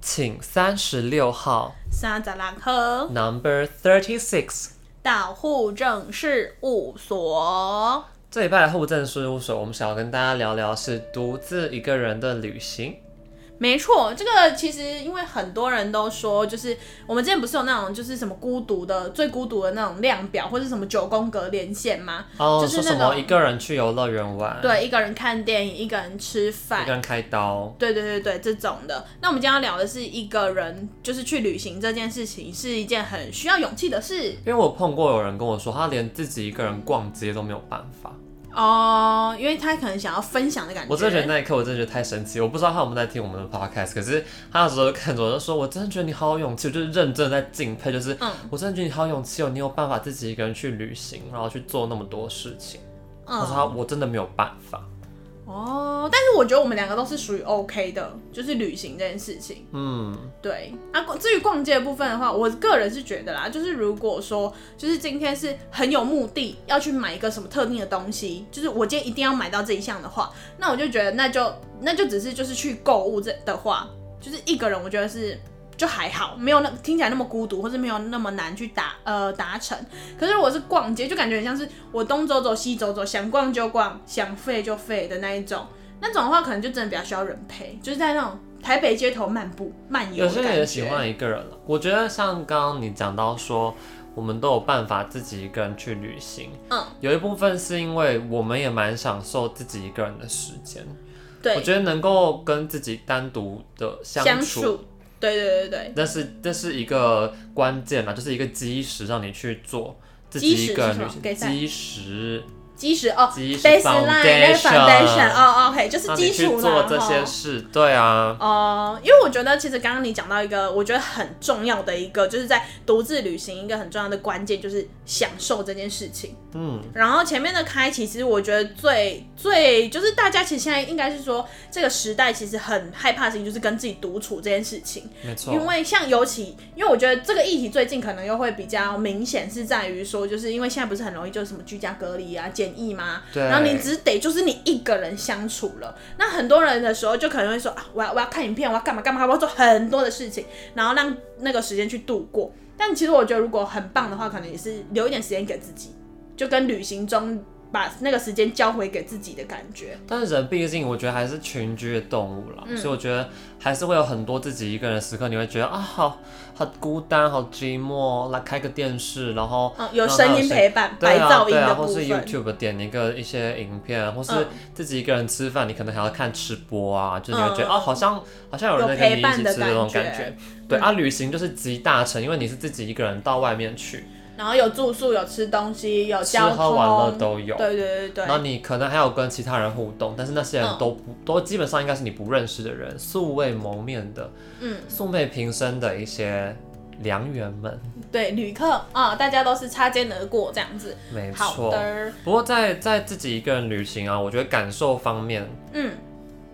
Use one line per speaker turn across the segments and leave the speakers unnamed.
请三十六号
三十六号
Number Thirty Six
到户政事务所。
这一拜的户政事务所，我们想要跟大家聊聊是独自一个人的旅行。
没错，这个其实因为很多人都说，就是我们之前不是有那种就是什么孤独的最孤独的那种量表，或是什么九宫格连线吗？
哦，
就是
说什
那种
么一个人去游乐园玩，，
对，一个人看电影，一个人吃
一个
饭。
人开刀，
对对对对，这种的。那我们今天要聊的是一个人，就是去旅行这件事情是一件很需要勇气的事
因为我碰过有人跟我说，他连自己一个人逛街都没有办法。
哦，因为他可能想要分享的感觉。
我真的觉得那一刻我真的觉得太神奇，我不知道他有没有在听我们的 podcast，可是他有时候就看着我就说，我真的觉得你好有勇气，我就是认真地在敬佩，就是、
嗯
我真的觉得你好有勇气哦，你有办法自己一个人去旅行，然后去做那么多事情。他说
嗯
他我真的没有办法，
哦，但是我觉得我们两个都是属于 OK 的，就是旅行这件事情。
嗯，
对，那、啊、至于逛街的部分的话，我个人是觉得啦，就是如果说就是今天是很有目的要去买一个什么特定的东西，就是我今天一定要买到这一项的话，那我就觉得那就那就只是就是去购物这的话，就是一个人我觉得是就还好，没有那听起来那么孤独，或是没有那么难去达呃达成。可是如果是逛街，就感觉很像是我东走走西走走，想逛就逛，想废就废的那一种。那种的话，可能就真的比较需要人陪，就是在那种台北街头漫步漫
有
游的
些
感觉。
人也喜欢一个人了。我觉得像刚刚你讲到说，我们都有办法自己一个人去旅行，
嗯，
有一部分是因为我们也蛮享受自己一个人的时间，我
对
觉得能够跟自己单独的
相
处。
处，对对对对
但是这是一个关键啦，就是一个基石，让你去做自己一个人旅行。
基石是什么
基石，
基石哦
基石
，baseline 那个 foundation 哦，OK，就是
让你
基
去
础
做
啦。
这些
吼
事，对啊，
哦、因为我觉得其实刚刚你讲到一个我觉得很重要的一个，就是在独自旅行一个很重要的关键就是享受这件事情。
嗯，
然后前面的开启，其实我觉得最最就是大家其实现在应该是说这个时代其实很害怕的事情就是跟自己独处这件事情。
没错。
因为像尤其，因为我觉得这个议题最近可能又会比较明显，是在于说，就是因为现在不是很容易就是什么居家隔离啊、检疫嘛，
对
然后你只得就是你一个人相处了。那很多人的时候就可能会说啊，我要我要看影片，我要干嘛干嘛，我要做很多的事情，然后让那个时间去度过。但其实我觉得如果很棒的话，可能也是留一点时间给自己，就跟旅行中把那个时间交回给自己的感觉。
但是人毕竟，我觉得还是群居的动物
嗯
啦，所以我觉得还是会有很多自己一个人的时刻，你会觉得啊，好好孤单，好寂寞。来开个电视，然后
嗯，有
让它
声音陪伴，
对
白
啊
噪音
对
的
啊，
部
或是
分。
YouTube 点一个一些影片，或是
嗯
自己一个人吃饭，你可能还要看吃播啊，就是你会觉得、
嗯
哦，好像好像有人在
有
跟你
陪
一
伴
起吃
的
那种
感
感
觉嗯
觉。对啊，旅行就是集大成，因为你是自己一个人到外面去，
然后有住宿，有吃东西，有
吃
交通，
喝玩乐都有。
对对对
然后
对，
你可能还有跟其他人互动，但是那些人
嗯
都不、都基本上应该是你不认识的人，素未谋面的、
嗯，
素昧平生的一些良缘们，
对，旅客啊、大家都是擦肩而过这样子。
没
好
错。
的，
不过在在自己一个人旅行啊，我觉得感受方面，
嗯，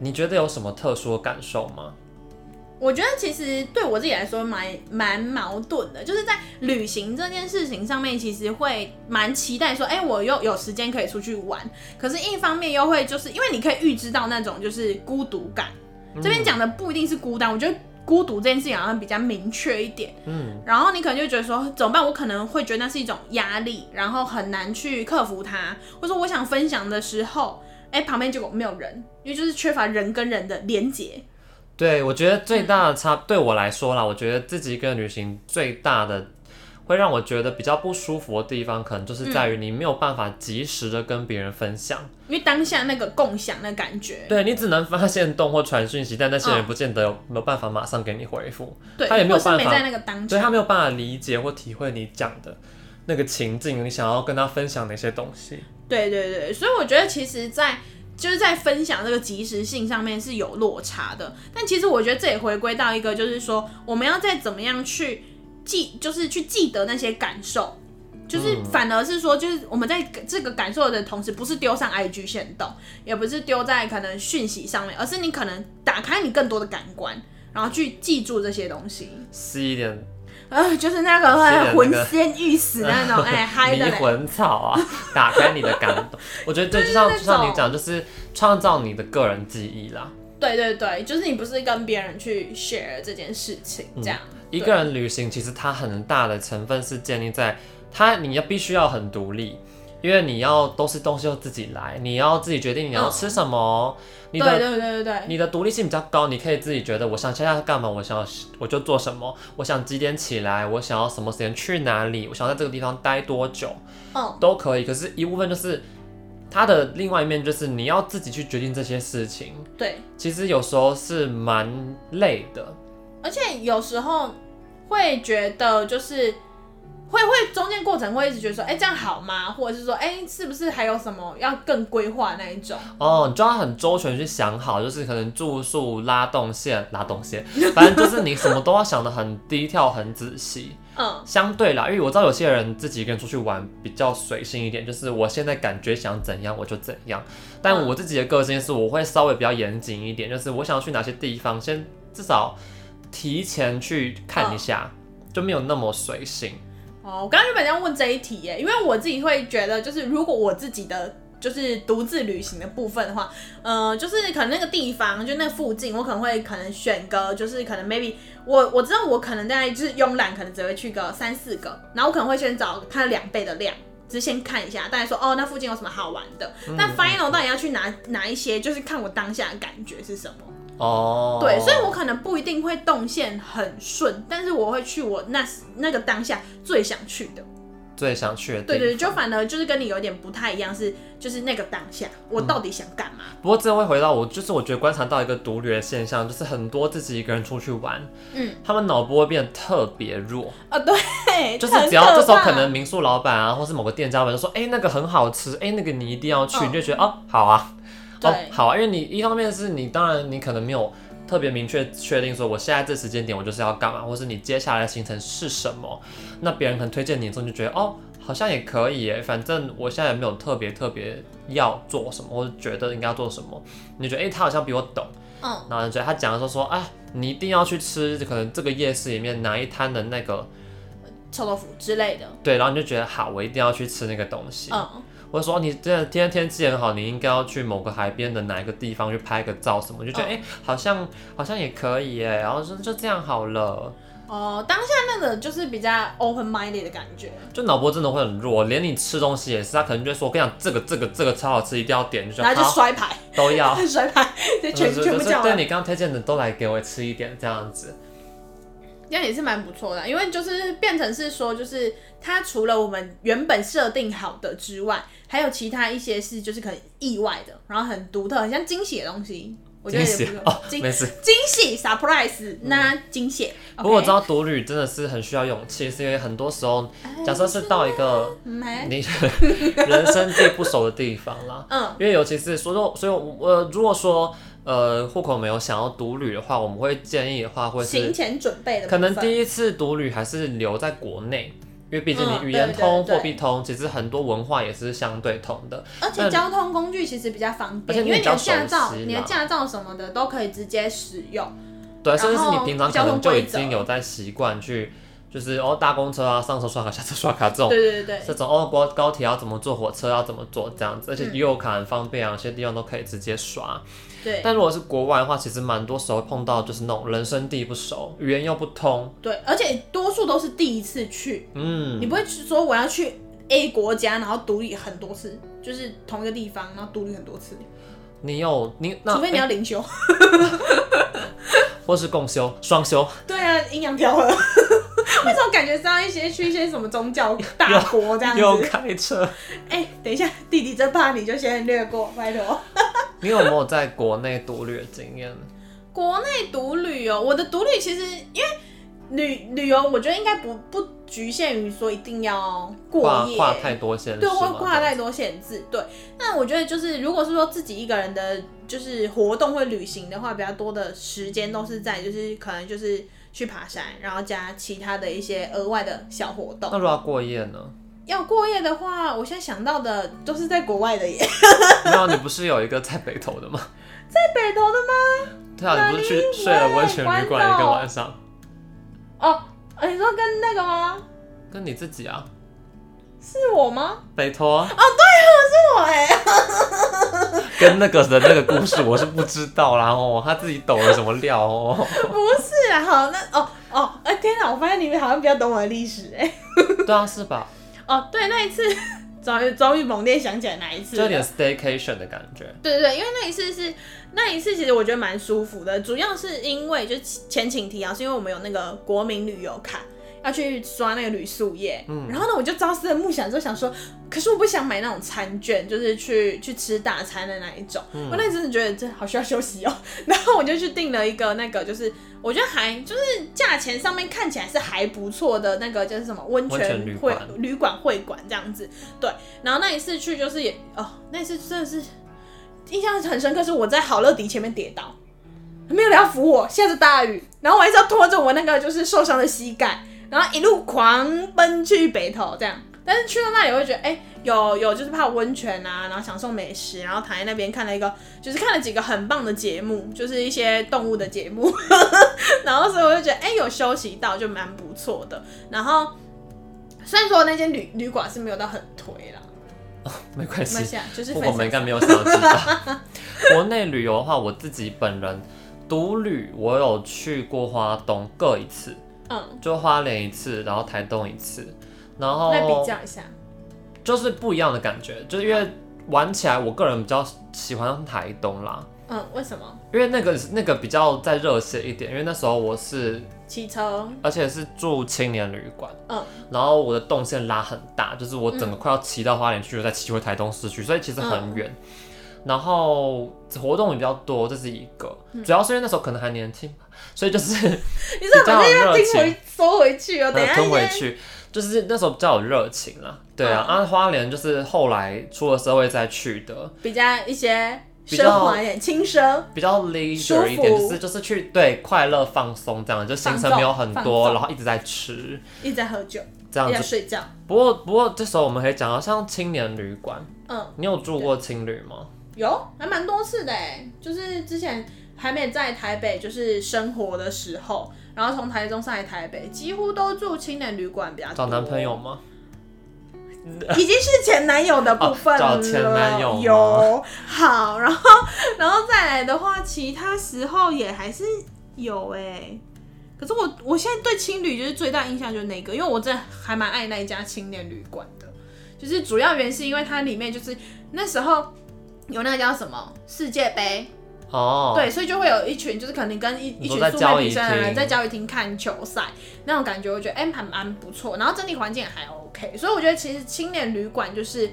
你觉得有什么特殊的感受吗？
我觉得其实对我自己来说蛮蛮矛盾的，就是在旅行这件事情上面，其实会蛮期待说，哎、我又有时间可以出去玩，可是一方面又会就是因为你可以预知到那种就是孤独感。这边讲的不一定是孤单，我觉得孤独这件事情好像比较明确一点。
嗯，
然后你可能就觉得说怎么办？我可能会觉得那是一种压力，然后很难去克服它，或者说我想分享的时候，哎，旁边结果没有人，因为就是缺乏人跟人的连接。
对，我觉得最大的差、
嗯
对我来说啦，我觉得自己一个人旅行最大的会让我觉得比较不舒服的地方，可能就是在于
嗯
你没有办法及时的跟别人分享，
因为当下那个共享的感觉，
对你只能发现动或传讯息，但那些人不见得有、没有办法马上给你回复，
对，
他也没有
或是没
办法
在那个当
所以
下，
他没有办法理解或体会你讲的那个情境，你想要跟他分享的一些东西。
对对对，所以我觉得其实在，就是在分享这个及时性上面是有落差的，但其实我觉得这也回归到一个，就是说我们要再怎么样去记，就是去记得那些感受，就是
嗯
反而是说，就是我们在这个感受的同时，不是丢上 IG 线动，也不是丢在可能讯息上面，而是你可能打开你更多的感官。然后去记住这些东西，
吸一点
呃，就是那个
是的
会浑
那个
身欲死那 种，哎、嗨的
迷
嘞，
魂草 啊，打开你的感动。我觉得对，就像
那
就像
种
你讲，就是创造你的个人记忆啦。
对对对，就是你不是跟别人去 share 这件事情，这样。
嗯一个人旅行其实它很大的成分是建立在它你要必须要很独立，因为你要都是东西要自己来，你要自己决定你
嗯
要吃什么，你
对
的
对对对对，
你的独立性比较高，你可以自己觉得我想现在干嘛，我想要我就做什么，我想几点起来，我想要什么时间去哪里，我想要在这个地方待多久
嗯，
都可以。可是，一部分就是它的另外一面，就是你要自己去决定这些事情，
对，
其实有时候是蛮累的。
而且有时候会觉得就是。会会中间过程会一直觉得说，哎、这样好吗？或者是说，哎、是不是还有什么要更规划那一种？
哦，你就要很周全去想好，就是可能住宿、拉动线、拉动线，反正就是你什么都要想的很低调、很仔细。
嗯，
相对啦，因为我知道有些人自己一个人出去玩比较随性一点，就是我现在感觉想怎样我就怎样。但我自己的个性是，我会稍微比较严谨一点，就是我想要去哪些地方，先至少提前去看一下，就没有那么随性。
哦，我刚刚原本要问这一题耶，因为我自己会觉得，就是如果我自己的就是独自旅行的部分的话，呃，就是可能那个地方就那附近，我可能会可能选个，就是可能 maybe 我我知道我可能在就是慵懒，可能只会去个三四个，然后我可能会先找它两倍的量。只是先看一下，大家说哦，那附近有什么好玩的？那 final 到底要去哪哪一些？就是看我当下的感觉是什么。
哦，
对，所以我可能不一定会动线很顺，但是我会去我那那个当下最想去的。
最想去的地
对对，就反而就是跟你有点不太一样，是就是那个当下，我到底想干嘛？
不过这会回到我，就是我觉得观察到一个独旅的现象，就是很多自己一个人出去玩，
嗯，
他们脑波会变得特别弱，
啊、 对，
就是
很
只要
可
这时候
怕
可能民宿老板啊，或是某个店家们就说，哎、那个很好吃，哎、那个你一定要去，
嗯
你就觉得哦，好啊，
对
哦，好啊，因为你一方面是你当然你可能没有特别明确确定说我现在这时间点我就是要干嘛，或是你接下来的行程是什么，那别人可能推荐你的时候你就觉得哦，好像也可以耶，反正我现在也没有特别特别要做什么，或者觉得应该要做什么，你就觉得哎、他好像比我懂。
嗯，
然后就觉得他讲的时候说，哎，你一定要去吃，可能这个夜市里面哪一摊的那个，
臭豆腐之类的，
对，然后你就觉得好，我一定要去吃那个东西。
嗯，
我就说哦你这今天天气很好，你应该要去某个海边的哪一个地方去拍个照什么，就觉得
嗯
哎、好像好像也可以哎，然后就就这样好了。
哦，当下那个就是比较 open minded 的感觉，
就脑波真的会很弱，连你吃东西也是，他可能就会说，我跟你讲，这个这个这个超好吃，一定要点，就觉
然
得
后就啊
好
摔牌，
都 要。
摔牌，就全
就
全部
就
叫
对
完，
你刚刚推荐的都来给我吃一点这样子。
这样也是蛮不错的，因为就是变成是说，就是它除了我们原本设定好的之外，还有其他一些是就是可能意外的，然后很独特，很像惊喜的东西，我觉得
惊
也
喜
不错，
哦，
惊
没事。
惊喜 surprise，那惊喜。
嗯不过我
OK
知道独旅真的是很需要勇气，是因为很多时候，
哎
假设是到一
啊
个
没，
你 人生地不熟的地方啦，
嗯，
因为尤其是所以说，所以我呃，如果说呃户口没有想要独旅的话，我们会建议的话会
行
是
前准备的部
可
分
能第一次独旅还是留在国内。因为毕竟
嗯
你语言
对对
通、
对
货币通，其实很多文化也是相对通的。
而且交通工具其实比较方
嗯而且
便，
你
因为你的
比较熟
驾照、
悉啦
你的驾照什么的都可以直接使用。
对，
然后
甚至是你平常可能就已
交通
经
规则
有在习惯去，就是哦搭公车啊，上车刷卡，下车刷卡这种
对对对
这
对，
种哦，高高铁要怎么坐，火车要怎么坐这样子，而
嗯
且悠游卡很方便啊，有些地方都可以直接刷。
对
但如果是国外的话，其实蛮多时候碰到就是那种人生地不熟，语言又不通，
对，而且多数都是第一次去，
嗯，
你不会说我要去 A 国家，然后独立很多次，就是同一个地方，然后独立很多次，
你有你那哎
除非你要灵修。
或是共修、双修，
对啊，阴阳调和。 为什么感觉是要一些去一些什么宗教大国这样
又
子？
开 车。
哎、等一下，弟弟这怕你就先略过，拜托。
你有没有在国内独旅的经验？
国内独旅游，我的独旅其实因为旅旅游，我觉得应该不不局限于说一定要过
跨
夜，
跨太多县市
对，
吗
会跨太多限制。对，那我觉得就是如果是说自己一个人的，就是活动或旅行的话，比较多的时间都是在就是可能就是去爬山，然后加其他的一些额外的小活动
那。如果要过夜 呢？
要过夜的话，我现在想到的都是在国外的耶，
没有，你不是有一个在北投的吗？
北投的吗？
对啊，你不是去睡了温泉旅馆一个晚上，
呃哦，你说跟那个吗？
跟你自己啊？啊
是我吗？
拜托，
我哎、
跟那个人那个故事我是不知道啦哦，他自己抖了什么料 哦？
不是啊，好，那哦哦，哎、天哪，我发现你们好像比较懂我的历史哎、
对啊，是吧？
哦，对，那一次 终于终于猛烈想起来哪一次
就有
了，
点 staycation 的感觉。
对对对，因为那一次是那一次，其实我觉得蛮舒服的，主要是因为就前情提要，是因为我们有那个国民旅游卡。要去刷那个旅宿业，
嗯
然后呢，我就朝思暮想，就想说，可是我不想买那种餐券，就是去去吃大餐的那一种。
嗯
我那阵子觉得这好需要休息哦， 然后我就去订了一个那个，就是我觉得还就是价钱上面看起来是还不错的那个，就是什么温
温泉
泉
旅
会
馆
旅馆会馆这样子。对，然后那一次去就是也哦，那一次真的是印象很深刻，是我在好乐迪前面跌倒，没有人要扶我，下着大雨，然后我还是要拖着我那个就是受伤的膝盖，然后一路狂奔去北投这样。但是去到那里，我会觉得，哎、有有就是泡温泉啊，然后享受美食，然后躺在那边看了一个，就是看了几个很棒的节目，就是一些动物的节目， 然后所以我就觉得，哎、有休息到就蛮不错的。然后虽然说那间旅旅馆是没有到很推啦，
没关
没关
系，
系啊，就是
不过
分享
我们应该没有想要知道。 国内旅游的话，我自己本人独旅，我有去过花东各一次，
嗯，
就花莲一次，然后台东一次，然后
来比较一下，
就是不一样的感觉，就是因为玩起来，我个人比较喜欢台东啦，
嗯，为什么
因为那个那个比较再热血一点，因为那时候我是
骑车？
而且是住青年旅馆，
嗯，
然后我的动线拉很大，就是我整个快要骑到花莲去，又再骑回台东市区，所以其实很远。然后活动也比较多，这是一个，主要是因为那时候可能还年轻，所以就是
嗯 你怎么
比较有
要
热
听
情呃嗯
回收回去哦？等一下
吞
应
回
该
去，就是那时候比较有热情啦。对啊，
嗯
啊花莲就是后来出了社会再去的，
比较一些
比较
奢华一点、轻奢。
比较
舒
leisure
服
一点，就是就是去对快乐放松这样，就行程没有很
放纵
多，
放纵
然后一直在吃
一直在喝酒，
这样
一直在
子。
睡觉。
不过不过这时候我们可以讲到像青年旅馆，
嗯，
你有住过青旅吗？
有还蛮多次的欸就是之前还没在台北就是生活的时候，然后从台中上来台北，几乎都住青年旅馆比较多。
找男朋友吗？
已经是前男友的部分了。
哦找前男友吗
有好，然后 然后再来的话，其他时候也还是有哎、可是我我现在对青旅就是最大印象就是那个，因为我真的还蛮爱那一家青年旅馆的，就是主要原因是因为它里面就是那时候有那个叫什么世界杯，
哦，
对，所以就会有一群，就是可能跟一一
你说
群
在
素
交
昧
易
平生的人
厅
在交易厅看球赛那种感觉，我觉得哎、还蛮不错，然后整体环境也还 OK，所以我觉得其实青年旅馆就是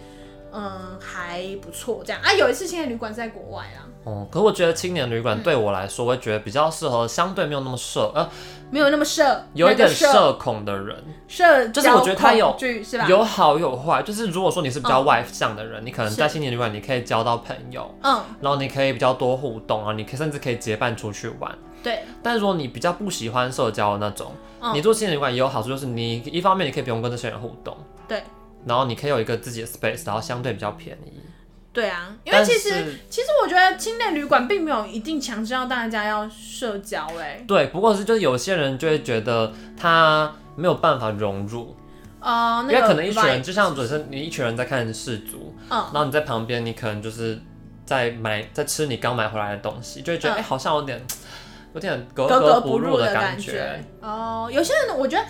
嗯还不错这样啊。有一次青年旅馆是在国外啦，
哦，可是我觉得青年旅馆对我来说，我会觉得比较适合相对没有那么社呃，
没有那么社，
有一
那
点
个社
社恐的人，
社，
就是我觉得它有
剧是吧？
有好有坏。就是如果说你是比较
嗯
外向的人，你可能
是
在青年旅馆你可以交到朋友，
嗯，
然后你可以比较多互动啊，你可以甚至可以结伴出去玩。
对，
但如果你比较不喜欢社交的那种，
嗯
你住青年旅馆也有好处，就是你一方面你可以不用跟这些人互动，
对，
然后你可以有一个自己的 space，然后相对比较便宜。
对啊，因为
但
其
是
实其实我觉得青年旅馆并没有一定强制要大家要社交哎、
对，不过是就是有些人就会觉得他没有办法融入，
呃，
因
那
为
个
可能一群人
vibe
就像准是你一群人在看世足，
嗯
然后你在旁边，你可能就是在买在吃你刚买回来的东西，就会觉得哎、诶
嗯
好像有点有点格
格
格
格
不
不
入
入
的
的
感
感
觉
觉。。哦，有些人我觉得。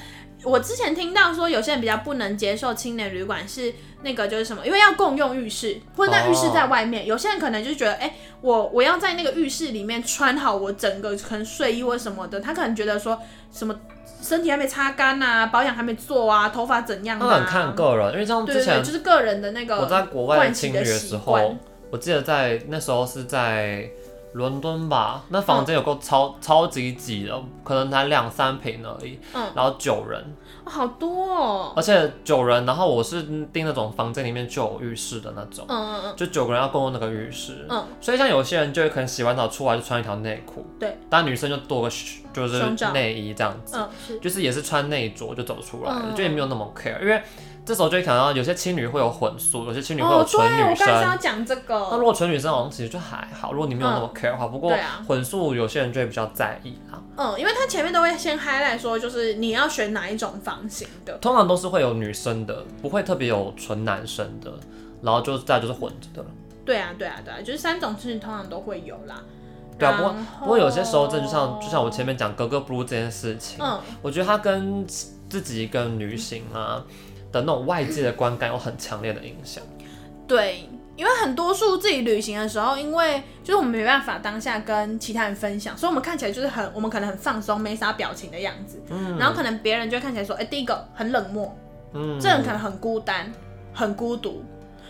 我之前听到说，有些人比较不能接受青年旅馆是那个就是什么，因为要共用浴室，或者那浴室在外面。有些人可能就觉得，哎、我我要在那个浴室里面穿好我整个可能睡衣或什么的，他可能觉得说什么身体还没擦干啊，保养还没做啊，头发怎样
那
的、
很
啊，
看个人，因为像
对
之
对对，
前
就是个人的那个哦
我在国外
惯
青
性
旅
的
的
习
时候
惯，
我记得在那时候是在伦敦吧，
嗯
那房间有够超、超级挤的，可能才两三平而已，
嗯
然后九人，
哦好多哦，
而且九人，然后我是订那种房间里面就有浴室的那种，
嗯嗯嗯，
就九个人要共用那个浴室。
嗯，
所以像有些人就会可能洗完澡出来就穿一条内裤，
对，
但女生就多个 sh- 就是
胸罩
内衣这样子，
嗯，是，
就是也是穿内着就走出来了，
嗯
就也没有那么 care，因为这时候就会看到有些青旅会有混宿，有些青旅会有
哦，对，
纯
我
女
刚才
生
是要。讲这
那
个
如，果纯女生好像其实就还好，如果你没有那么 care 的话，不过
哦嗯对啊
混宿有些人就会比较在意啦。
嗯，因为他前面都会先 highlight 说，就是你要选哪一种房型的，
通常都是会有女生的，不会特别有纯男生的，然后就再来就是混着的了。
对啊，对啊，对啊，就是三种事情通常都会有啦。
对啊，不过
然
不过有些时候，这就像
后
就像我前面讲格格不入这件事情，
嗯，
我觉得它跟自己跟旅行啊的那种外界的观感有很强烈的影响。
对，因为很多数自己旅行的时候，因为就是我们没办法当下跟其他人分享，所以我们看起来就是很，我们可能很放松，没啥表情的样子。
嗯
然后可能别人就会看起来说，哎、第一个很冷漠，
嗯
这人可能很孤单，很孤独，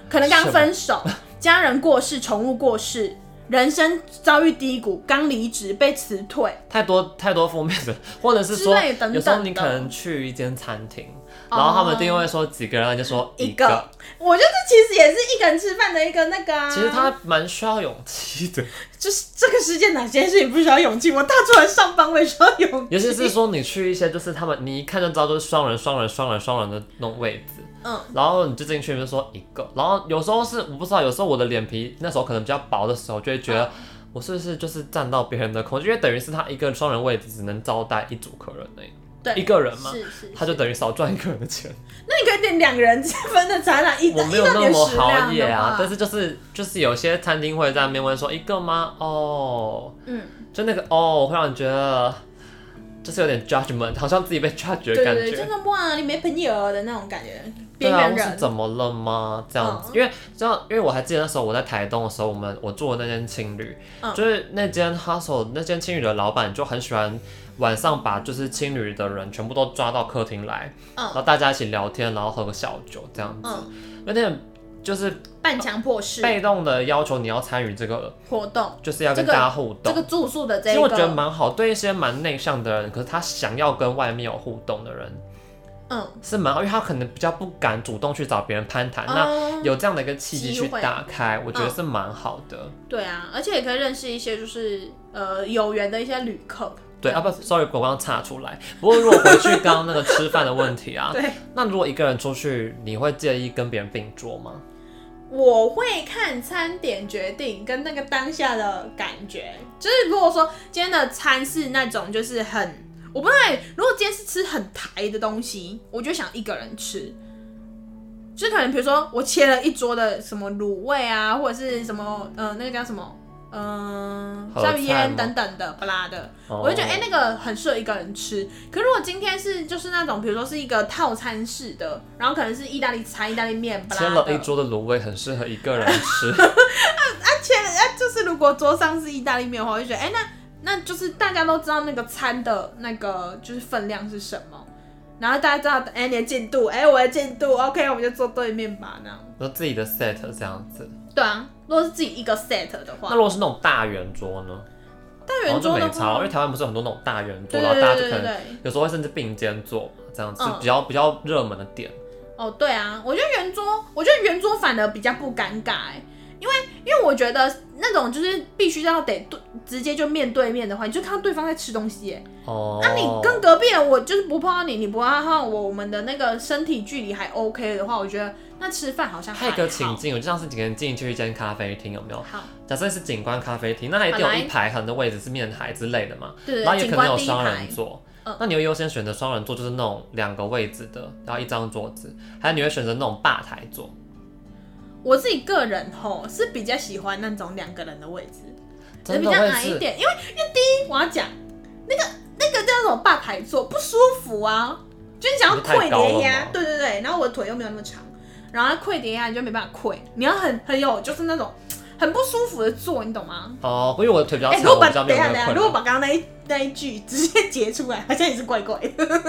可能刚分手， 家人过世，宠物过世，人生遭遇低谷，刚离职被辞退，
太多太多负面的，或者是说
之类等等的
有时候你可能去一间餐厅，然后他们定位说几个人，就说
哦一
个。
个啊我觉得这其实也是一个人吃饭的一个那个、啊。
其实他蛮需要勇气的，
就是这个世界哪件事情不需要勇气？我大出来上班，我也需要勇气。
尤其是说你去一些就是他们你一看就知道就是双人双人双人双人的那种位置，
嗯，
然后你就进去你就说一个，然后有时候是我不知道，有时候我的脸皮那时候可能比较薄的时候，就会觉
嗯
得我是不是就是占到别人的空间，因为等于是他一个双人位置只能招待一组客人而已，
对，
一个人嘛
是是，
他就等于少赚一个人的 钱。
那你可以点两个人之分的展览，一
我
到
没
一
有
到
那
点
么
食
好
量
野
的
啊
话，
但是就是就是有些餐厅会在那边问说一个吗？哦，
嗯，
就那个哦，会让你觉得就是有点 judgment，好像自己被 judge 的
对
感
对对，
觉
真。的哇，你没朋友的那种感觉，
对
边
啊，
缘
我是
人。
怎么了吗？这样子，
嗯
因为这样，因为我还记得那时候我在台东的时候，我们我住的那间青旅，
嗯
就是那间 hostel 那间青旅的老板就很喜欢晚上把就是青旅的人全部都抓到客厅来，然后
嗯
大家一起聊天，然后喝个小酒这样子，
嗯，
有点就是
半强迫式
被动的要求你要参与这个，
活动，
就是要跟
这
大
个
家互
这
动。
个住宿的这
其
一
实我觉得
个，
蛮好，对一些蛮内向的人，可是他想要跟外面有互动的人
嗯，
是蛮好，因为他可能比较不敢主动去找别人攀谈，那
嗯
有这样的一个契机
机
去
会
打开，我觉得是蛮好的。
对啊，而且也可以认识一些就是呃有缘的一些旅客。
对啊不，sorry，我刚刚岔出来。不过如果回去刚刚那个吃饭的问题啊，
对，
那如果一个人出去，你会介意跟别人并桌吗？
我会看餐点决定跟那个当下的感觉，就是如果说今天的餐是那种就是很，我不太，如果今天是吃很台的东西，我就想一个人吃。就是可能比如说我切了一桌的什么卤味啊，或者是什么呃那个叫什么嗯
合菜
鲨
吗
鱼烟等等的不拉的，
哦
我就觉得哎、那个很适合一个人吃。可如果今天是就是那种比如说是一个套餐式的，然后可能是意大利餐、意大利面，巴
切
拉
了
的
一桌的卤味，很适合一个人吃。
就是如果桌上是意大利面的话，我就觉得，哎、那那就是大家都知道那个餐的那个就是分量是什么，然后大家知道，哎、你的进度，哎、我的进度，OK，我们就坐对面吧，那样。
说自己的 set 这样子，
对啊，如果是自己一个 set 的
那
话，
如果是那种大圆桌呢？
大
然后
圆
就
桌
没
的
差，因
话
为，台湾不是有很多那种大圆桌，
对
然后
对
大家
对
就
对
可
对
能
对，
有时候会甚至并肩坐，这样子
嗯
比较比较热门的点。
哦，对啊，我觉得圆桌，我觉得圆桌反而比较不尴尬、哎，因为因为我觉得那种就是必须要得对直接就面对面的话，你就看到对方在吃东西、哎。
哦，
那、你跟隔壁人，我就是不碰到你，你不碰到我，我们的那个身体距离还 OK 的话，我觉得那吃饭好像
还
还
有一
好。
个情境，我就像是几个人进去一间咖啡厅，有没有？
好，
假设是景观咖啡厅，那它一定有一排很多位置是面海之类的嘛，
对
然后
对，
也
景
可能
观
有
第一
双
排
人，座
嗯。
那你会优先选择双人座，就是那种两个位置的，然后一张桌子，还有你会选择那种吧台座，
我自己个人吼是比较喜欢那种两个人的位置，
真
比
的
较
会
矮一
是
点，因为因为第一我要讲那个那个叫什么吧台座不舒服啊，就你想要
你太
跪
高了
叠压
吗，
对对对，然后我腿又没有那么长，然后跪叠压你就没办法跪，你要很很有就是那种很不舒服的坐，你懂吗？
哦，因为我的腿比较
哎、
长，
如果
我
把
比较
等
没
一
有那
下等一
个
下，
困
如果
扰。
把刚刚那一那一句直接截出来，好像也是怪怪的。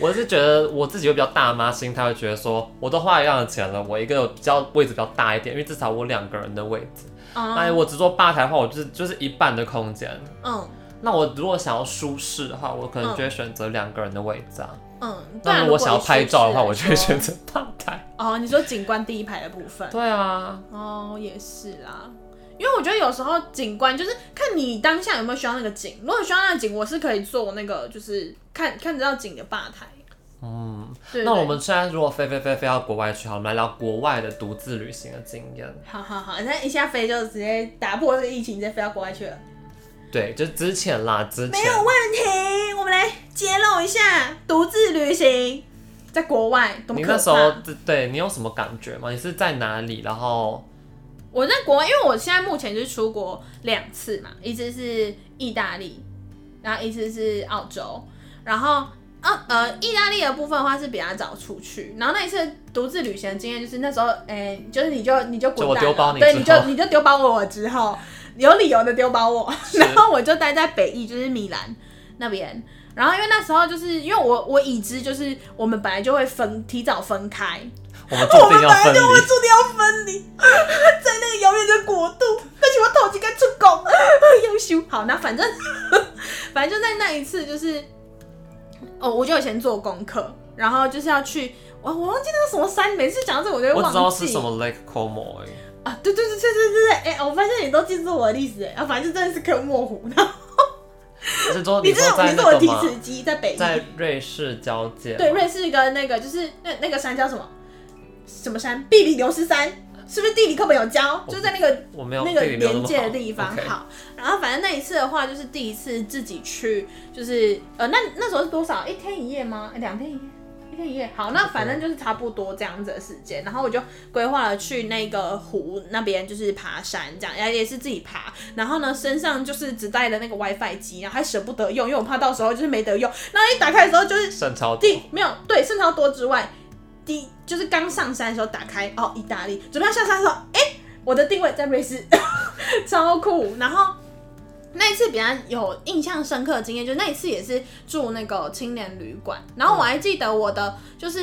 我是觉得我自己会比较大妈心态，会觉得说我都花一样的钱了，我一个比较位置比较大一点，因为至少我两个人的位置。那、
嗯
我只做吧台的话，我就是就是一半的空间。
嗯
那我如果想要舒适的话，我可能就会选择两个人的位置啊。
嗯，对啊
那如果想要拍照的话，
嗯如
我
果以
就会
舒适
选
来说
择吧台。
哦，你说景观第一排的部分，
对啊，
哦，也是啦。因为我觉得有时候景观就是看你当下有没有需要那个景，如果需要那个景，我是可以做那个就是看看得到景的吧台。嗯，对
那
对
我们现在如果飞飞飞飞到国外去，好，我们来聊国外的独自旅行的经验。
好好好，那一下飞就直接打破这个疫情，直接飞到国外去了，
对，就之前啦，之前
没有问题。我们来揭露一下独自旅行在国外多么
你
可怕。
那时候对你有什么感觉吗？你是在哪里？然后
我在国外，因为我现在目前就是出国两次嘛，一次是意大利，然后一次是澳洲，然后啊呃，意大利的部分的话是比较早出去，然后那一次独自旅行的经验就是那时候，哎、就是你就你就滚
就我
蛋
丢
了，
包你
对，
之
你就
后
你就丢包我之后，有理由的丢包我，然后我就待在北意，就是米兰那边。然后因为那时候就是因为我我已知就是我们本来就会分提早分开，
我 们注定要
我
分
们本来就会
离，
注定要分 离，在那个遥远的国度，但是我头几个出 宫，优秀。好，那反正 反正就在那一次，就是哦，我就有先做功课，然后就是要去，哦我我忘记那个什么山，每次讲到这个我就会
我只
忘记。
知道是什么 Lake Como 而已。
啊，对对对对对对对，哎、我发现你都记住我的历史，哎、啊，反正就真的是科莫湖。然后
是说
你
你
这
说
种
在
你是
那
我
个
提
吗？
词机，在北
在
京，
瑞士交界吗，
对，瑞士跟那个就是那那个山叫什么什么山？比利牛斯山，是不是地理课本有教？就在那个
我没有
那个
地理没有
连
么
接的
好
地方
OK
好。然后反正那一次的话，就是第一次自己去，就是呃，那那时候是多少？一天一夜吗？诶两天一夜。一天一夜，好，那反正就是差不多这样子的时间，然后我就规划了去那个湖那边，就是爬山这样，也也是自己爬。然后呢，身上就是只带了那个 WiFi 机，然后还舍不得用，因为我怕到时候就是没得用。然后一打开的时候，就是
圣超
第
地，
没有对圣超多之外，第就是刚上山的时候打开哦，意大利准备要下山的时候，哎、我的定位在瑞士，超酷。然后那一次比较有印象深刻的经验，就那一次也是住那个青年旅馆，然后我还记得我的就是。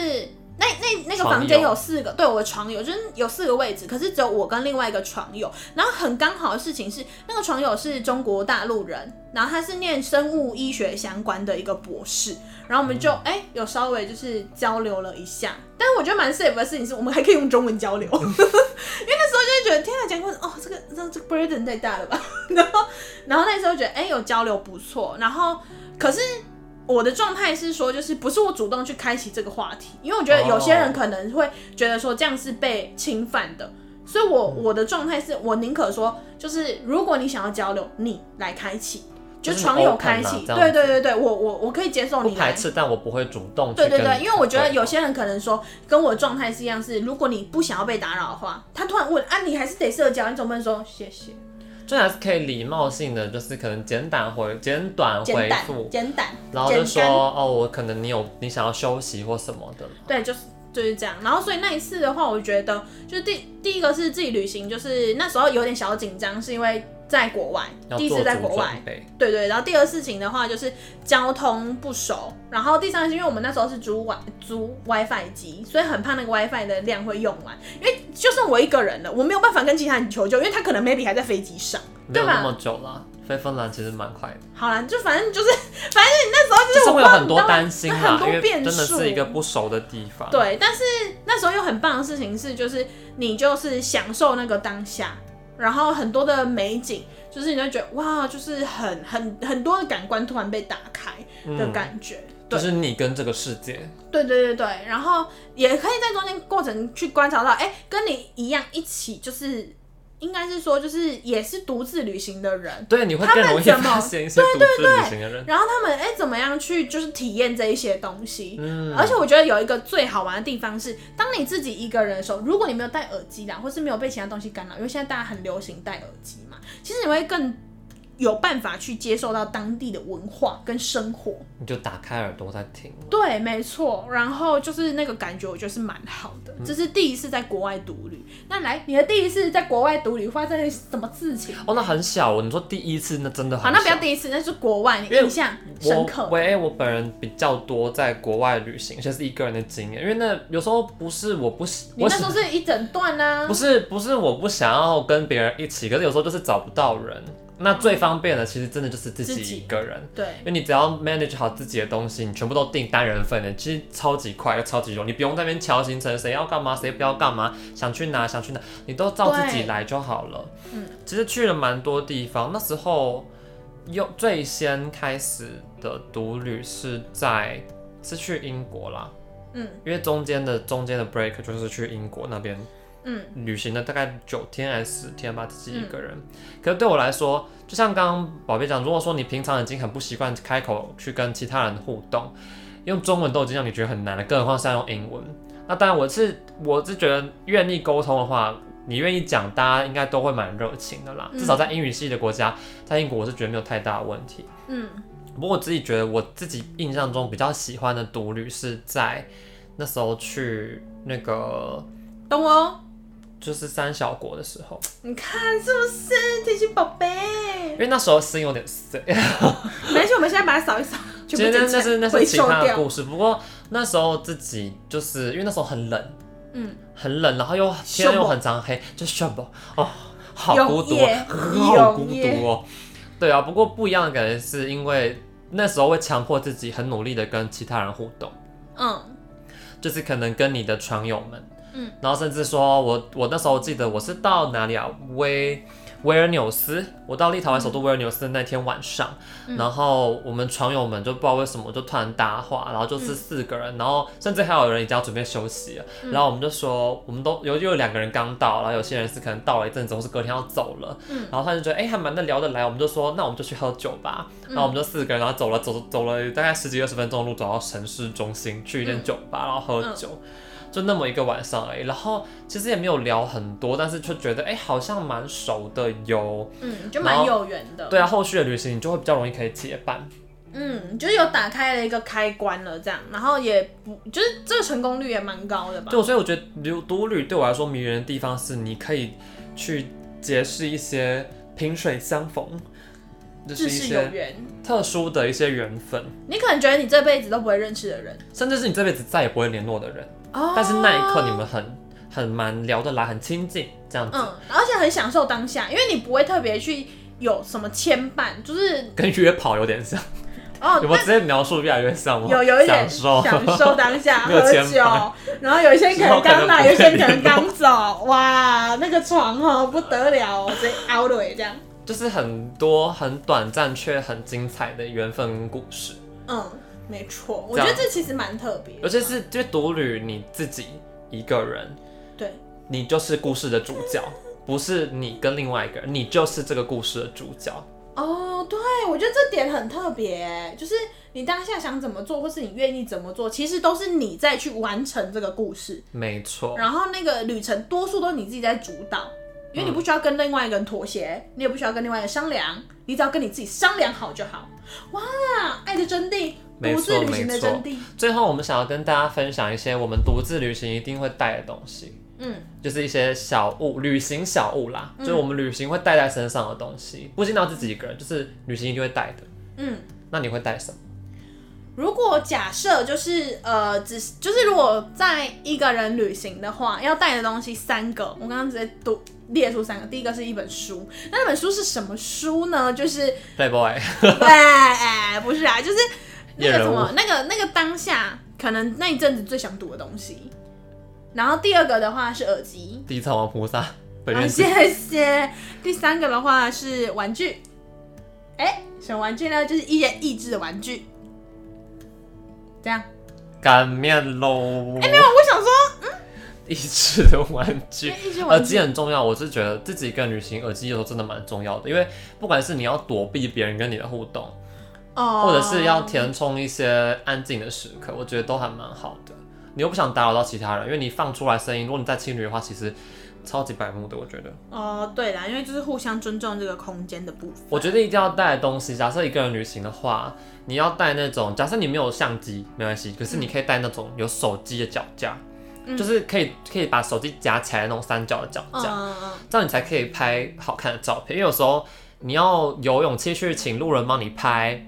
那那那个
床
房间
友
有四个，对，我的床友就是有四个位置，可是只有我跟另外一个床友。然后很刚好的事情是，那个床友是中国大陆人，然后他是念生物医学相关的一个博士，然后我们就哎、有稍微就是交流了一下，但是我觉得蛮 safe 的事情是我们还可以用中文交流，因为那时候就会觉得天啊，讲过哦，这个这这个 burden 太大了吧， 然后然后那时候觉得哎、有交流不错，然后可是。我的状态是说，就是不是我主动去开启这个话题，因为我觉得有些人可能会觉得说这样是被侵犯的，所以我
嗯
我的状态是我宁可说，就是如果你想要交流，你来开启，就
就是
床友
open
开
啊
启，
这样
对对对对，我我我可以接受
不
你来
排斥，但我不会主动去
对
跟。
对对，因为我觉得有些人可能说跟我状态是一样，是如果你不想要被打扰的话，他突然问啊，你还是得社交，你总不能说谢谢，
就还是可以礼貌性的，就是可能简短回简短
简
回
短
复，
简短，
然后就
简
说
单
哦，我可能你有你想要休息或什么的。
对，就是就是这样。然后所以那一次的话，我觉得就是第第一个是自己旅行，就是那时候有点小紧张，是因为在国外，
要
第一次
做
在
足
国外
准，备，
对对，然后第二事情的话就是交通不熟，然后第三是因为我们那时候是租 Wi 租 WiFi 机，所以很怕那个 WiFi 的量会用完，因为就剩我一个人了，我没有办法跟其他人求救，因为他可能 maybe 还在飞机上。
没有
对吧
那么久啦。飞芬兰其实蛮快的，
好啦，就反正就是，反正啊你那时候就是
就是
我
会
不
有
知道
很多
你当
担心啦
很，多
因为
变
真的
数
是一个不熟的地方。，
对，但是那时候又很棒的事情是，就是你就是享受那个当下，然后很多的美景，就是你会觉得哇，就是很很很多的感官突然被打开的感觉。对
嗯就是你跟这个世界，
对对对对，然后也可以在中间过程去观察到，哎、跟你一样一起，就是应该是说，就是也是独自旅行的人，
对，你会
他
更
们
容易
怎么
发现一些独自旅行的人。
然后他们哎、怎么样去就是体验这一些东西。
嗯
而且我觉得有一个最好玩的地方是，当你自己一个人的时候，如果你没有戴耳机啦，或是没有被其他东西干扰，因为现在大家很流行戴耳机嘛，其实你会更有办法去接受到当地的文化跟生活。
你就打开耳朵在听。
对，没错。然后就是那个感觉，我觉得是蛮好的。
嗯
这是第一次在国外独旅。那来，你的第一次在国外独旅发生了什么事情？
哦，那很小哦，你说第一次那真的很
好，
小。
那不要第一次，那是国外，你
因为
印象深刻
我。喂，我本人比较多在国外旅行，而且是一个人的经验，因为那有时候不是我不喜，
你
我
那
喜
时候是一整段呢、啊
不是不是我不想要跟别人一起，可是有时候就是找不到人，那最方便的其实真的就是自
自
己
己
一个人，
对
因为你只要 manage 好自己的东西，你全部都定单人份的，其实超级快又超级容易，你不用在那边瞧行程，谁要干嘛，谁不要干嘛，想去哪想去哪，你都照自己
对
来就好了。
嗯，
其实去了蛮多地方，那时候又最先开始的独旅是在是去英国啦，
嗯
因为中间的中间的 break 就是去英国那边
嗯
旅行了大概九天还是十天吧，自己一个人。可是对我来说，就像刚刚宝贝讲，如果说你平常已经很不习惯开口去跟其他人互动，用中文都已经让你觉得很难了，更何况是要用英文。那当然，我是我是觉得愿意沟通的话，你愿意讲，大家应该都会蛮热情的啦。
嗯
至少在英语系的国家，在英国我是觉得没有太大的问题。
嗯
不过我自己觉得，我自己印象中比较喜欢的独旅是在那时候去那个
懂哦。
就是三小国的时候，
你看是不是贴心宝贝？
因为那时候心有点碎。
没事，我们现在把它扫一扫，
其
全
实
部
那那
整起
是
来
那
回
是其
收
他的
掉。
故事，不过那时候自己就是因为那时候很冷，
嗯，
很冷，然后又天又很长黑，就 s h 哦，好孤独
永夜
哦，好孤
永夜
独哦。对啊，不过不一样的感觉是因为那时候会强迫自己很努力的跟其他人互动。
嗯
就是可能跟你的船友们，
嗯，
然后甚至说我我那时候记得我是到哪里啊，威维尔纽斯，我到立陶宛首都维尔纽斯的那天晚上，
嗯
然后我们船友们就不知道为什么就突然搭话，然后就是
嗯
四个人，然后甚至还有人已经要准备休息了，
嗯
然后我们就说我们都有又有两个人刚到，然后有些人是可能到了一阵子或是隔天要走了，
嗯
然后他就觉得哎、还蛮能聊得来，我们就说那我们就去喝酒吧，然后我们
嗯
就四个人，然后走了走走了大概十几二十分钟的路，走到城市中心去一间
嗯
酒吧，然后喝
嗯
酒，就那么一个晚上而已。然后其实也没有聊很多，但是就觉得哎、好像蛮熟的哟。
嗯，就
然后
蛮有缘的。
对啊，后续的旅行你就会比较容易可以结伴。
嗯，就是有打开了一个开关了，这样，然后也不就是这个成功率也蛮高的吧？
对，所以我觉得旅独旅对我来说迷人的地方是，你可以去结识一些萍水相逢，就是
自
一
是有
些
缘。
特殊的一些缘分，
你可能觉得你这辈子都不会认识的人，
甚至是你这辈子再也不会联络的人。
哦
啊但是那一刻你们很很蛮聊得来，很亲近这样子，
嗯，而且很享受当下，因为你不会特别去有什么牵绊，就是
跟约跑有点像。
哦，
有没有直接描述越来越像吗？
有有一点
享受，
当 下
没有
喝
牵
酒，然后有一些人可能刚来，有一些人可能刚走，哇，那个床哦不得了哦，直接凹了这样。
就是很多很短暂却很精彩的缘分跟故事，
嗯，没错，我
这
觉
样
得这其实蛮特别的，
尤其是就独旅你自己一个人，
对，
你就是故事的主角。不是你跟另外一个人，你就是这个故事的主角。
哦，对，我觉得这点很特别，欸就是你当下想怎么做，或是你愿意怎么做，其实都是你在去完成这个故事，
没错，
然后那个旅程多数都是你自己在主导，因为你不需要跟另外一个人妥协，你也不需要跟另外一个人商量，你只要跟你自己商量好就好。哇，爱的真谛，
没
独自
错
旅行的
没错
真谛，
最后我们想要跟大家分享一些我们独自旅行一定会带的东西。
嗯
就是一些小物，旅行小物啦，就是我们旅行会带在身上的东西，不一定要自己一个人，就是旅行一定会带的。
嗯。
那你会带什么？
如果假设就是呃，只是就是如果在一个人旅行的话，要带的东西三个，我刚刚直接读列出三个。第一个是一本书，那那本书是什么书呢？ 就是
Playboy，
哎，不是啊，就是那
猎
个
人
什么
物，
那个那个当下可能那一阵子最想读的东西。然后第二个的话是耳机，
第一场王菩萨，本
啊，
院子
谢谢。第三个的话是玩具，哎，什么玩具呢？就是一些益智的玩具，这样。
擀面喽，
哎、没有，我想说，
益智的玩具。
一些
耳
哎玩具
机很重要，我是觉得自己一个人旅行，耳机有时候真的蛮重要的，因为不管是你要躲避别人跟你的互动，
哦，
或者是要填充一些安静的时刻，我觉得都还蛮好的。你又不想打扰到其他人，因为你放出来声音，如果你在情侣的话，其实超级白目的，我觉得。
哦，对啦，因为就是互相尊重这个空间的部分。
我觉得一定要带的东西，假设一个人旅行的话，你要带那种，假设你没有相机没关系，可是你可以带那种有手机的脚架，
嗯
就是可以可以把手机夹起来的那种三角的脚
嗯
架，
嗯嗯，
这样你才可以拍好看的照片。因为有时候你要有勇气去请路人帮你拍，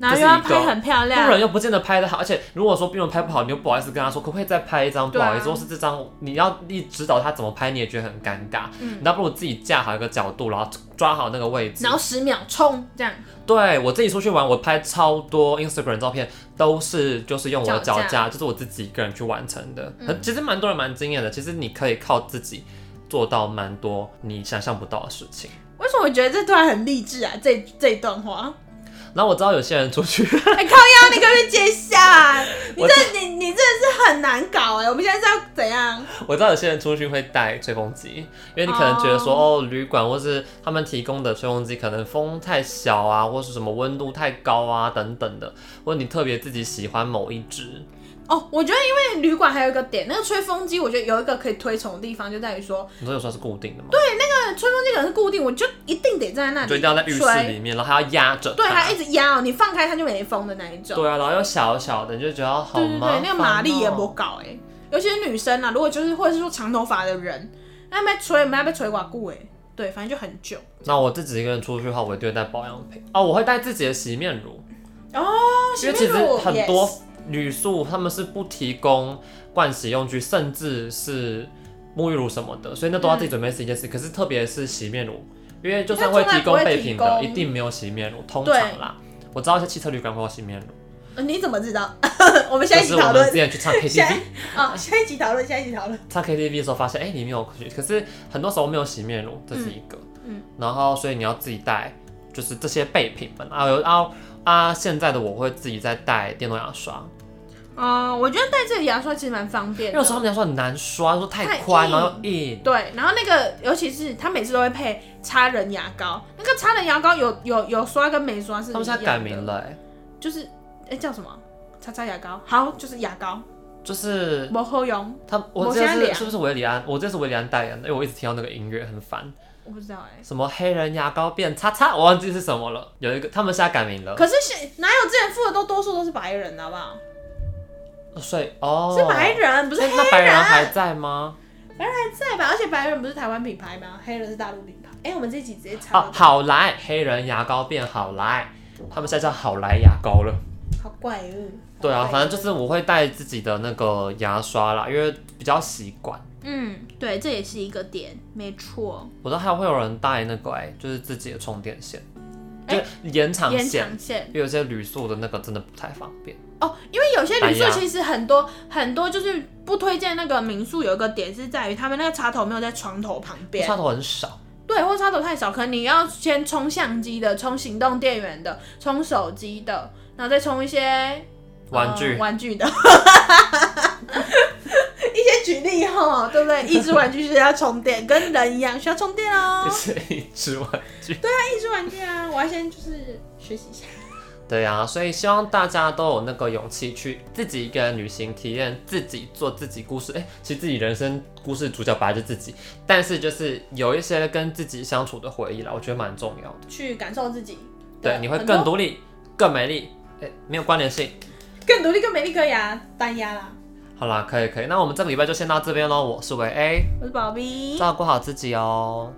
然后
这
又
是
要
一个
拍很漂
路人
亮，
又不见得拍得好，而且如果说病人拍不好，你又不好意思跟他说，可不可以再拍一张？不
对啊
好意思，或是这张你要一指导他怎么拍，你也觉得很尴尬。
嗯
那不如自己架好一个角度，然后抓好那个位置
然。后十秒冲这样，
对我自己出去玩，我拍超多 Instagram 照片，都是就是用我的脚
脚
架，就是我自己一个人去完成的。
嗯
其实蛮多人蛮惊艳的，其实你可以靠自己做到蛮多你想象不到的事情。
为什么我觉得这段很励志啊？这这一段话，
然后我知道有些人出去，
哎、靠腰，你可不可以接下？你
我
这你你真的是很难搞哎、我们现在是要怎样？
我知道有些人出去会带吹风机，因为你可能觉得说哦旅馆或是他们提供的吹风机可能风太小啊，或是什么温度太高啊等等的，或者你特别自己喜欢某一只，
哦，我觉得因为旅馆还有一个点，那个吹风机，我觉得有一个可以推崇的地方就在于说，
你说有时候是固定的嘛，对，啊
那吹风机可能是固定，我就一定得站在那里，
就一定要在浴室
吹
里面，然后还要压着
对，它一直压哦，你放开它就没风的那一种。
对啊，然后又小小的，你就觉得好
对对
麻烦、哦。
对，那个马力也不搞哎、尤其是女生啊，如果就是或者是说长头发的人，那被吹，那被吹寡固哎，对，反正就很久。
那我自己一个人出去的话，我一定会带保养品哦，我会带自己的洗面乳，
哦
因为其实很多
yes
旅宿他们是不提供盥洗用具，甚至是沐浴乳什么的，所以那都
嗯
要自己准备是一件事。可是特别是洗面乳，因为就算会提供备品
它从来
的，
不会提供
一定没有洗面乳，通常啦。我知道一些汽车旅馆会有洗面乳，
呃你怎么知道？ 我们下
就
一集
是我
讨
们之
论。
前去 唱
下
KTV，
啊，下一集讨论，下一集讨论。
唱 KTV 的时候发现，哎、里面有可是很多时候没有洗面乳，这是一个。
嗯嗯
然后所以你要自己带，就是这些备品们啊有啊啊！现在的我会自己再带电动牙刷，
哦、我觉得带这个牙刷其实蛮方便
因
的。
为有时候他们牙刷很难刷，说太
太
宽，
硬
然后又硬。
对，然后那个尤其是他每次都会配擦人牙膏，那个擦人牙膏有有有刷跟没刷是一
他们
样的。
现在改名了、欸，
就是哎、叫什么？擦擦牙膏，好，就是牙膏，
就是
没后用，
他，我
我
记得
现在
是
俩
是不是维里安？我这是维里安代言的，因为我一直听到那个音乐很烦。
我不知道哎、
什么黑人牙膏变叉叉，我忘记是什么了。有一个，他们现在改名了，
可是现哪有之前付的都多数都是白人的，好不好？
所以哦，
是白人，不是
那
黑
那白人
人
还在吗？
在吧？而且白人不是台湾品牌吗？黑人是大陆品牌。哎、我们这一集直接插
哦
到，
好来，黑人牙膏变好来，他们现在叫好来牙膏了。
好怪哦。
对啊，
好怪哦
反正就是我会带自己的那个牙刷啦，因为比较习惯。
嗯，对，这也是一个点，没错。
我知道还会有人带那个哎、就是自己的充电线，就
哎
延长
延
线，
长线
因为有些旅宿的那个真的不太方便。
哦，因为有些旅
哎
宿
呀
其实很多很多就是不推荐那个民宿，有一个点是在于他们那个插头没有在床头旁边，
插头很少，
对，或插头太少，可能你要先充相机的，充行动电源的，充手机的，然后再充一些
玩具
呃玩具的， 一些举例哈，对 不对？益智玩具是要充电，跟人一样需要充电哦
就，是一只玩具。
益智玩具啊，我要先就是学习一下。
对啊，所以希望大家都有那个勇气去自己一个人旅行，体验自己做自己故事。哎、其实自己人生故事主角本来就自己，但是就是有一些跟自己相处的回忆啦，我觉得蛮重要的。
去感受自己的
对，
很多。
你会更独立、更美丽。哎、没有关联性。
更独立、更美丽、更牙单压啦。
好啦，可以可以，那我们这个礼拜就先到这边喽。我是维 A，
嗯我是宝贝，
照顾好自己哦，